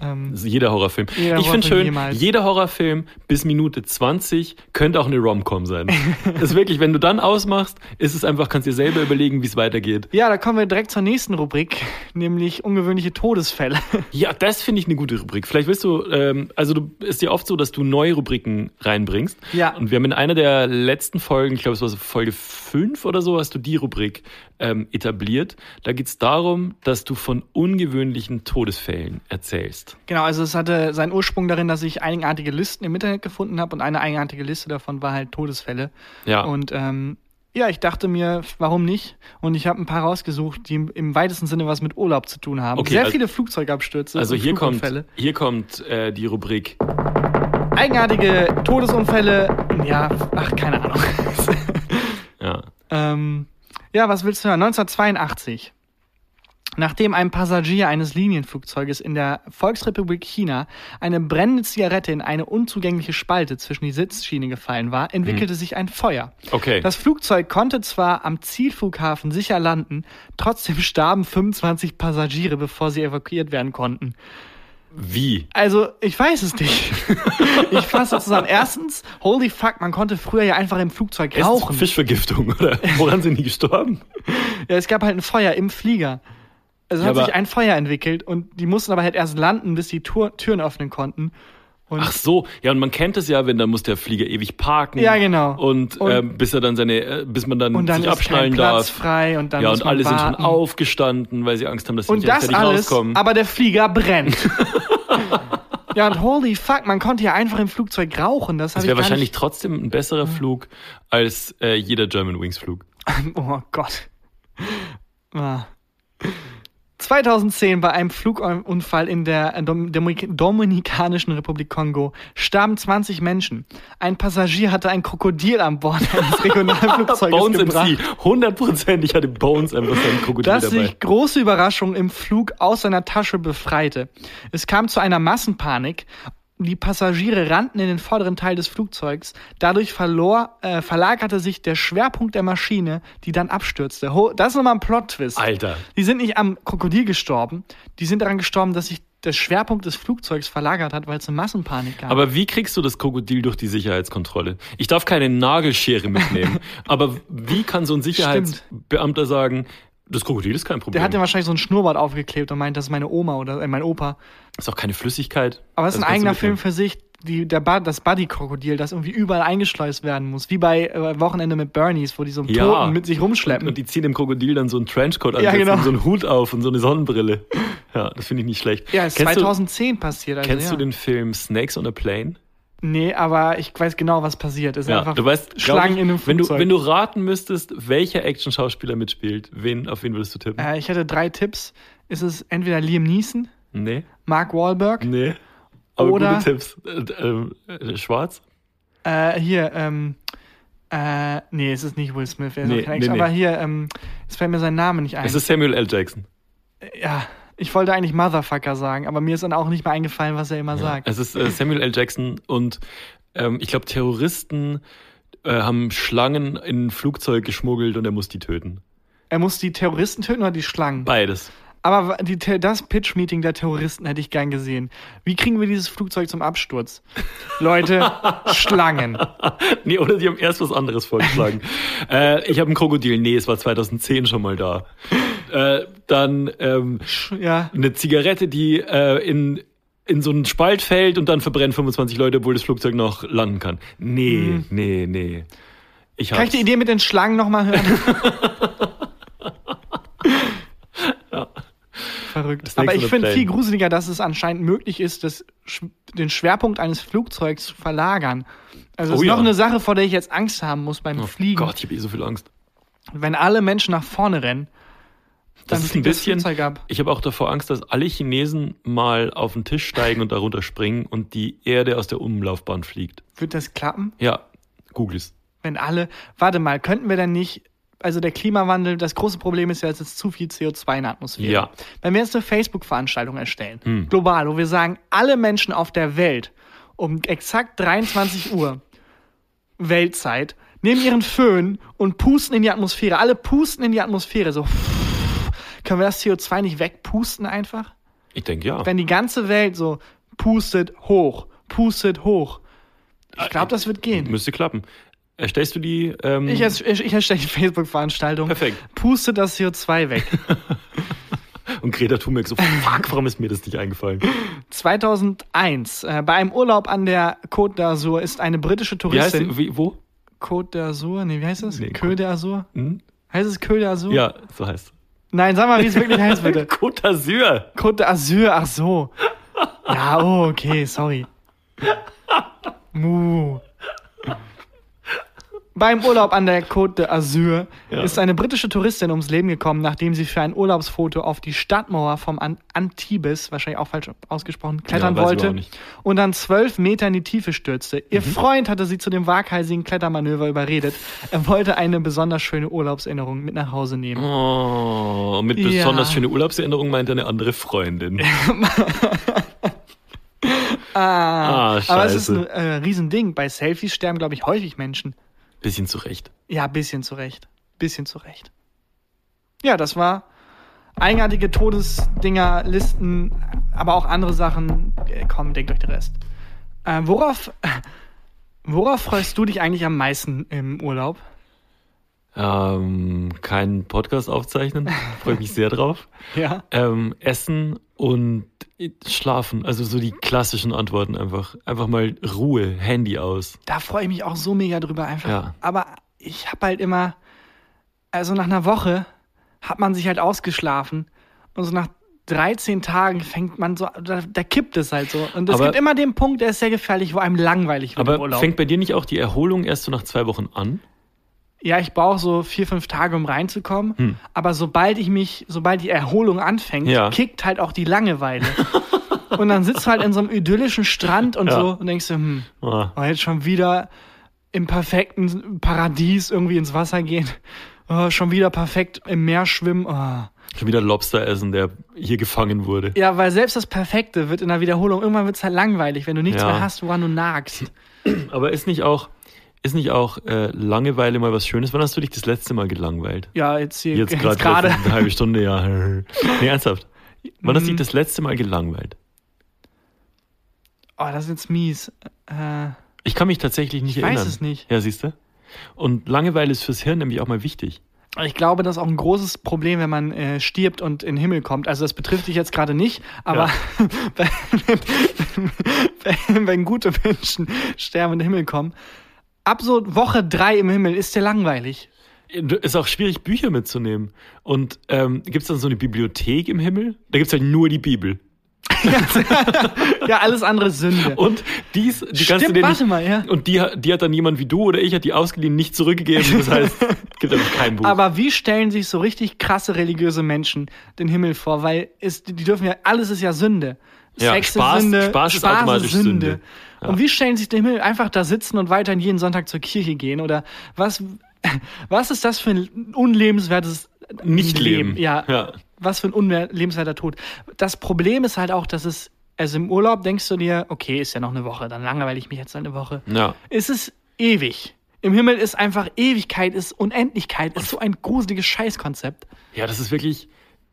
Ähm, Das ist jeder Horrorfilm. Jeder ich finde Horrorfilm schön, jemals. jeder Horrorfilm bis Minute 20 könnte auch eine Rom-Com sein. Das ist wirklich, wenn du dann ausmachst, ist es einfach, kannst dir selber überlegen, wie es weitergeht. ja, da kommen wir direkt zur nächsten Rubrik, nämlich ungewöhnliche Todesfälle. Ja, das finde ich eine gute Rubrik. Vielleicht willst du, ähm, also du ist ja oft so, dass du neue Rubriken reinbringst. Ja. Und wir haben in einer der letzten Folgen, ich glaube, es war so Folge 5 oder so, hast du die Rubrik ähm, etabliert. Da geht es darum, dass du von ungewöhnlichen Todesfällen erzählst. Genau, also es hatte seinen Ursprung darin, dass ich eigenartige Listen im Internet gefunden habe und eine eigenartige Liste davon war halt Todesfälle. Ja. Und ähm, Ja, ich dachte mir, warum nicht? Und ich habe ein paar rausgesucht, die im, im weitesten Sinne was mit Urlaub zu tun haben. Okay, Sehr also- viele Flugzeugabstürze. Also und hier kommt, Flugunfälle. hier kommt äh, die Rubrik. Eigenartige Todesunfälle. Ja, ach, keine Ahnung. Ja. Ähm, ja, was willst du hören? 1982. Nachdem ein Passagier eines Linienflugzeuges in der Volksrepublik China eine brennende Zigarette in eine unzugängliche Spalte zwischen die Sitzschiene gefallen war, entwickelte Mhm. sich ein Feuer. Okay. Das Flugzeug konnte zwar am Zielflughafen sicher landen, trotzdem starben 25 Passagiere, bevor sie evakuiert werden konnten. Wie? Also, ich weiß es nicht. ich fasse zusammen. Erstens, holy fuck, man konnte früher ja einfach im Flugzeug Ist rauchen. Fischvergiftung, oder? Woran sind die gestorben? Ja, es gab halt ein Feuer im Flieger. Also Ja, hat aber- sich ein Feuer entwickelt und die mussten aber halt erst landen, bis die Tour Türen öffnen konnten. Und Ach so, ja, und man kennt es ja, wenn dann muss der Flieger ewig parken. Ja, genau. Und, Und- ähm, bis er dann seine, äh, bis man dann, Und dann sich ist abschnallen kein Platz darf. frei und dann ja, muss und man alle sind warten. schon aufgestanden, weil sie Angst haben, dass sie und nicht das rechtzeitig alles, rauskommen. aber der Flieger brennt. ja, und holy fuck, man konnte ja einfach im Flugzeug rauchen. Das, hab das ich wäre gar wahrscheinlich trotzdem ein besserer Flug als äh, jeder German Wings Flug. Nicht. Oh Gott. Ah. 2010 bei einem Flugunfall in der Dom Dominik Dominikanischen Republik Kongo starben 20 Menschen. Ein Passagier hatte ein Krokodil an Bord eines Regionalflugzeuges Bones gebracht. MC, hundertprozentig hatte Bones einfach seinen Krokodil das dabei. sich große Überraschung im Flug aus seiner Tasche befreite. Es kam zu einer Massenpanik. Die Passagiere rannten in den vorderen Teil des Flugzeugs. Dadurch verlor, äh, verlagerte sich der Schwerpunkt der Maschine, die dann abstürzte. Ho das ist nochmal ein Plot-Twist. Alter. Die sind nicht am Krokodil gestorben. Die sind daran gestorben, dass sich der Schwerpunkt des Flugzeugs verlagert hat, weil es eine Massenpanik gab. Aber wie kriegst du das Krokodil durch die Sicherheitskontrolle? Ich darf keine Nagelschere mitnehmen. aber wie kann so ein Sicherheitsbeamter sagen, das Krokodil ist kein Problem? der hat ja wahrscheinlich so ein Schnurrbart aufgeklebt und meint, das ist meine Oma oder äh, mein Opa. ist auch keine Flüssigkeit. Aber es ist ein Also kannst du eigener Film für mitnehmen. sich, die, der ba das Buddy-Krokodil, das irgendwie überall eingeschleust werden muss. Wie bei äh, Wochenende mit Bernies, wo die so einen Ja. Toten mit sich rumschleppen. Und die ziehen dem Krokodil dann so einen Trenchcoat an, Ja, genau. und so einen Hut auf und so eine Sonnenbrille. Ja, das finde ich nicht schlecht. ja, ist kennst 2010 passiert. Du, Also, kennst ja. du den Film Snakes on a Plane? Nee, aber ich weiß genau, was passiert. Ist Ja, einfach du weißt, glaub Schlangen ich, in einem wenn du, Flugzeug. wenn du raten müsstest, welcher Action-Schauspieler mitspielt, wen, auf wen würdest du tippen? äh, ich hätte drei Tipps. Ist es entweder Liam Neeson, Nee, Mark Wahlberg, nee. Aber Oder- gute Tipps. Äh, ähm, äh, schwarz? äh, hier, ähm, äh, nee, es ist nicht Will Smith. Er ist Nee, auch kein nee, Ex- aber nee. hier, ähm, es fällt mir sein Name nicht ein. Es ist Samuel L. Jackson. ja, ich wollte eigentlich Motherfucker sagen, aber mir ist dann auch nicht mehr eingefallen, was er immer sagt. Es ist äh, Samuel L. Jackson und ähm, ich glaube, Terroristen äh, haben Schlangen in ein Flugzeug geschmuggelt und er muss die töten. Er muss die Terroristen töten oder die Schlangen? Beides. Aber wa- die, Te- das Pitch-Meeting der Terroristen hätte ich gern gesehen. Wie kriegen wir dieses Flugzeug zum Absturz? Leute, Schlangen. Nee, oder die haben erst was anderes vorgeschlagen. äh, ich habe ein Krokodil. Nee, es war 2010 schon mal da. Äh, dann ähm, Ja, eine Zigarette, die äh, in, in so einen Spalt fällt und dann verbrennen 25 Leute, obwohl das Flugzeug noch landen kann. Nee, nee, nee. Ich Hm. kann ich hab's. die Idee mit den Schlangen nochmal hören? Verrückt. nächste Aber ich Mal finde Plane. viel gruseliger, dass es anscheinend möglich ist, das, Sch- den Schwerpunkt eines Flugzeugs zu verlagern. Also es Oh ist ja. noch eine Sache, vor der ich jetzt Angst haben muss beim Fliegen. Gott, ich habe eh so viel Angst. Wenn alle Menschen nach vorne rennen, Das dann ist ein fliegt das bisschen. Flugzeug ab. Ich habe auch davor Angst, dass alle Chinesen mal auf den Tisch steigen und darunter springen und die Erde aus der Umlaufbahn fliegt. Wird das klappen? Ja, googles. wenn alle, warte mal, könnten wir denn nicht, also der Klimawandel, das große Problem ist ja, es ist zu viel CO2 in der Atmosphäre. Ja. Wenn wir jetzt eine Facebook-Veranstaltung erstellen, global, wo wir sagen, alle Menschen auf der Welt um exakt 23 Uhr Weltzeit nehmen ihren Föhn und pusten in die Atmosphäre. Alle pusten in die Atmosphäre, so. Können wir das CO2 nicht wegpusten einfach? Ich denke ja. Wenn die ganze Welt so pustet hoch, pustet hoch. Ich glaube, das wird gehen. Müsste klappen. Erstellst du die? Ähm, Ich, erst- ich, ich erstelle die Facebook-Veranstaltung. Perfekt. Puste das CO2 weg. und Greta Thunberg so, fuck, warum ist mir das nicht eingefallen? 2001, äh, bei einem Urlaub an der Côte d'Azur ist eine britische Wie heißt Touristin. die? Wie, wo? Côte d'Azur? Nee, wie heißt das? Nee, Côte d'Azur? Hm? Heißt es Côte d'Azur? Ja, so heißt Nein, sag mal, wie es wirklich heißt, bitte. Côte d'Azur. Côte d'Azur, ach so. Ja, oh, okay, sorry. Mu. Beim Urlaub an der Côte d'Azur ist eine britische Touristin ums Leben gekommen, nachdem sie für ein Urlaubsfoto auf die Stadtmauer vom an Antibes, wahrscheinlich auch falsch ausgesprochen, klettern weiß ich wollte überhaupt nicht. Mhm. und dann zwölf Meter in die Tiefe stürzte. Ihr Freund hatte sie zu dem waghalsigen Klettermanöver überredet. Er wollte eine besonders schöne Urlaubserinnerung mit nach Hause nehmen. Oh, mit Ja. besonders schöne Urlaubserinnerung meint er eine andere Freundin. ah, scheiße. Aber es ist ein äh, Riesending. Bei Selfies sterben, glaube ich, häufig Menschen. Bisschen zurecht. Ja, bisschen zurecht. Bisschen zurecht. Ja, das war eigenartige Todesdinger, Listen, aber auch andere Sachen. Äh, Komm, denkt euch den Rest. Äh, worauf, worauf freust du dich eigentlich am meisten im Urlaub? Ähm, keinen Podcast aufzeichnen. Freue ich mich sehr drauf. Ja. Ähm, essen und schlafen. Also so die klassischen Antworten einfach. Einfach mal Ruhe, Handy aus. Da freue ich mich auch so mega drüber einfach. Ja. Aber ich habe halt immer, also nach einer Woche hat man sich halt ausgeschlafen und so nach 13 Tagen fängt man so, da, da kippt es halt so. Und es Aber- gibt immer den Punkt, der ist sehr gefährlich, wo einem langweilig wird im Aber Urlaub. fängt bei dir nicht auch die Erholung erst so nach zwei Wochen an? ja, ich brauche so vier, fünf Tage, um reinzukommen. Aber sobald ich mich, sobald die Erholung anfängt, Hm. Ja. kickt halt auch die Langeweile. und dann sitzt du halt in so einem idyllischen Strand und Ja. so und denkst du, hm, Ah. oh, jetzt schon wieder im perfekten Paradies irgendwie ins Wasser gehen. Oh, schon wieder perfekt im Meer schwimmen. Oh. Schon wieder Lobster essen, der hier gefangen wurde. Ja, weil selbst das Perfekte wird in der Wiederholung, irgendwann wird's halt langweilig, wenn du nichts Ja. mehr hast, woran du nagst. Aber ist nicht auch, ist nicht auch äh, Langeweile mal was Schönes? Wann hast du dich das letzte Mal gelangweilt? Ja, jetzt hier Jetzt gerade gerade. eine halbe Stunde, ja. Nee, ernsthaft. Wann Mm. hast du dich das letzte Mal gelangweilt? Oh, das ist jetzt mies. Äh, Ich kann mich tatsächlich nicht Ich weiß erinnern. es nicht. Ja, siehst du? Und Langeweile ist fürs Hirn nämlich auch mal wichtig. ich glaube, das ist auch ein großes Problem, wenn man äh, stirbt und in den Himmel kommt. Also das betrifft dich jetzt gerade nicht, aber wenn, wenn, wenn gute Menschen sterben und in den Himmel kommen, ab so Woche drei im Himmel ist dir langweilig. Ist auch schwierig, Bücher mitzunehmen. Und ähm, gibt es dann so eine Bibliothek im Himmel? Da gibt es halt nur die Bibel. Ja, alles andere ist Sünde. Und dies, Oh, die Stimmt, kannst du dir warte nicht, mal, ja. Und die, ha- die hat dann jemand wie du oder ich, hat die ausgeliehen, nicht zurückgegeben. Das heißt, gibt einfach kein Buch. Aber wie stellen sich so richtig krasse religiöse Menschen den Himmel vor? Weil es, die dürfen ja, alles ist ja Sünde. Ja, Sex Spaß- ist Sünde, Spaß ist automatisch Sünde. Und wie stellen sich den Himmel einfach da sitzen und weiterhin jeden Sonntag zur Kirche gehen? Oder was, was ist das für ein unlebenswertes nicht leben. Ja, ja. was für ein unlebenswerter Tod. Das Problem ist halt auch, dass es, also im Urlaub denkst du dir, okay, ist ja noch eine Woche, dann langweile ich mich jetzt eine Woche. Ja. Es ist ewig. Im Himmel ist einfach Ewigkeit, ist Unendlichkeit, ist so ein gruseliges Scheißkonzept. Ja, das ist wirklich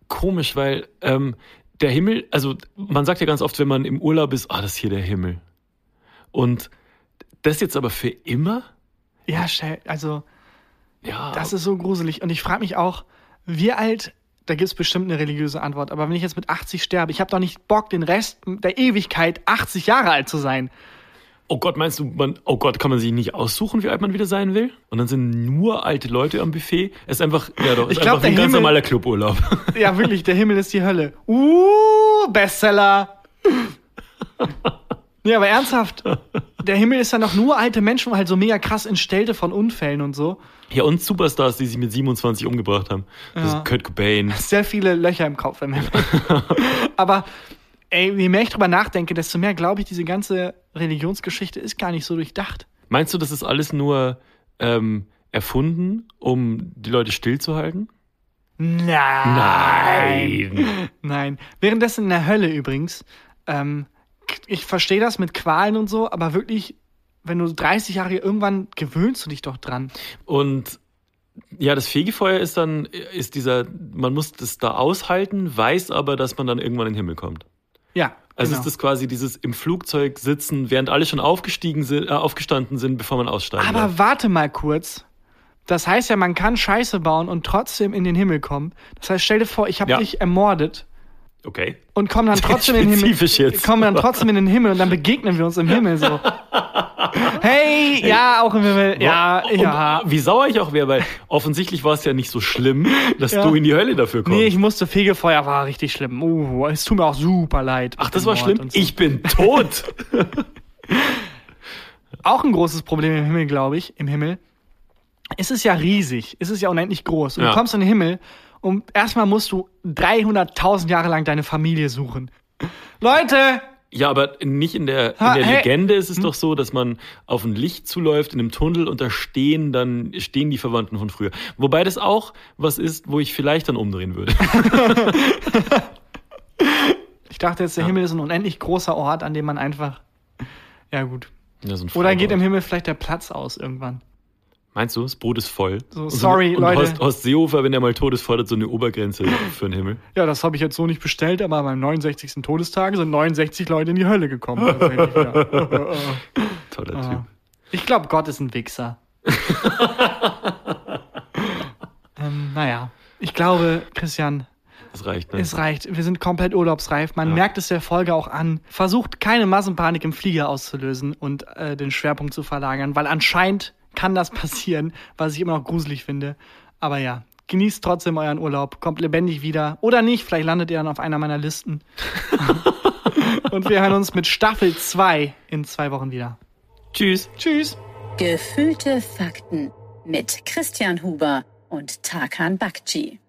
komisch, weil ähm, der Himmel, also man sagt ja ganz oft, wenn man im Urlaub ist, ah, das ist hier der Himmel. Und das jetzt aber für immer? Ja, Shell, also Ja. das ist so gruselig. Und ich frage mich auch, wie alt, da gibt es bestimmt eine religiöse Antwort, aber wenn ich jetzt mit 80 sterbe, ich habe doch nicht Bock, den Rest der Ewigkeit 80 Jahre alt zu sein. oh Gott, meinst du, man, oh Gott, kann man sich nicht aussuchen, wie alt man wieder sein will? Und dann sind nur alte Leute am Buffet. Es ist einfach, ja doch, es Ich ist glaub, einfach der ein ganz Himmel- normaler Cluburlaub. Ja, wirklich, der Himmel ist die Hölle. Uh, Bestseller. Ja, aber ernsthaft, der Himmel ist ja noch nur alte Menschen, wo halt so mega krass entstellte von Unfällen und so. ja, und Superstars, die sich mit 27 umgebracht haben. Das Ja. ist Kurt Cobain. sehr viele Löcher im Kopf. Im Himmel. Aber ey, je mehr ich drüber nachdenke, desto mehr glaube ich, diese ganze Religionsgeschichte ist gar nicht so durchdacht. Meinst du, das ist alles nur ähm, erfunden, um die Leute stillzuhalten? Nein. Nein. Währenddessen in der Hölle übrigens, ähm, ich verstehe das mit Qualen und so, aber wirklich, wenn du 30 Jahre irgendwann gewöhnst du dich doch dran. Und ja, das Fegefeuer ist dann, ist dieser, man muss das da aushalten, weiß aber, dass man dann irgendwann in den Himmel kommt. Ja. Also genau. ist das quasi dieses im Flugzeug sitzen, während alle schon aufgestiegen sind, äh, aufgestanden sind, bevor man aussteigen Aber darf. warte mal kurz. Das heißt ja, man kann Scheiße bauen und trotzdem in den Himmel kommen. Das heißt, stell dir vor, ich habe Ja. dich ermordet. Okay. und kommen dann trotzdem in den Himmel. Spezifisch jetzt. Kommen dann trotzdem in den Himmel und dann begegnen wir uns im Himmel so. Hey, ja, auch im Himmel. Ja, Und ja. Wie sauer ich auch wäre, weil offensichtlich war es ja nicht so schlimm, dass Ja. du in die Hölle dafür kommst. Nee, ich musste Fegefeuer, war richtig schlimm. Uh, es tut mir auch super leid. Ach, das Mit war dem schlimm? Mord und so. Ich bin tot. Auch ein großes Problem im Himmel, glaube ich, im Himmel, es ist ja riesig, es ist ja unendlich groß. Und Ja. du kommst in den Himmel und erstmal musst du 300.000 Jahre lang deine Familie suchen. Leute, Ja, aber nicht in der, in Ha, Hm? der hey. Legende ist es doch so, dass man auf ein Licht zuläuft in einem Tunnel und da stehen dann stehen die Verwandten von früher. Wobei das auch was ist, wo ich vielleicht dann umdrehen würde. ich dachte jetzt, der Himmel ist ein unendlich großer Ort, an dem man einfach. Ja, gut. Ja, so ein Oder Freibad. geht im Himmel vielleicht der Platz aus irgendwann? Meinst du, das Boot ist voll? So, Und sorry, und Leute. Horst, Horst Seehofer, wenn er mal tot ist, fordert so eine Obergrenze für den Himmel. Ja, das habe ich jetzt so nicht bestellt, aber an meinem 69. Todestag sind 69 Leute in die Hölle gekommen. tatsächlich, ja. Toller Typ. Ah. Ich glaube, Gott ist ein Wichser. ähm, naja, ich glaube, Christian, Das reicht, ne? es reicht. Wir sind komplett urlaubsreif. Man merkt es der Folge auch an. Versucht keine Massenpanik im Flieger auszulösen und äh, den Schwerpunkt zu verlagern, weil anscheinend kann das passieren, was ich immer noch gruselig finde. Aber ja, genießt trotzdem euren Urlaub, kommt lebendig wieder oder nicht. Vielleicht landet ihr dann auf einer meiner Listen. und wir hören uns mit Staffel 2 in zwei Wochen wieder. Tschüss. Tschüss! Gefühlte Fakten mit Christian Huber und Tarkan Bakci.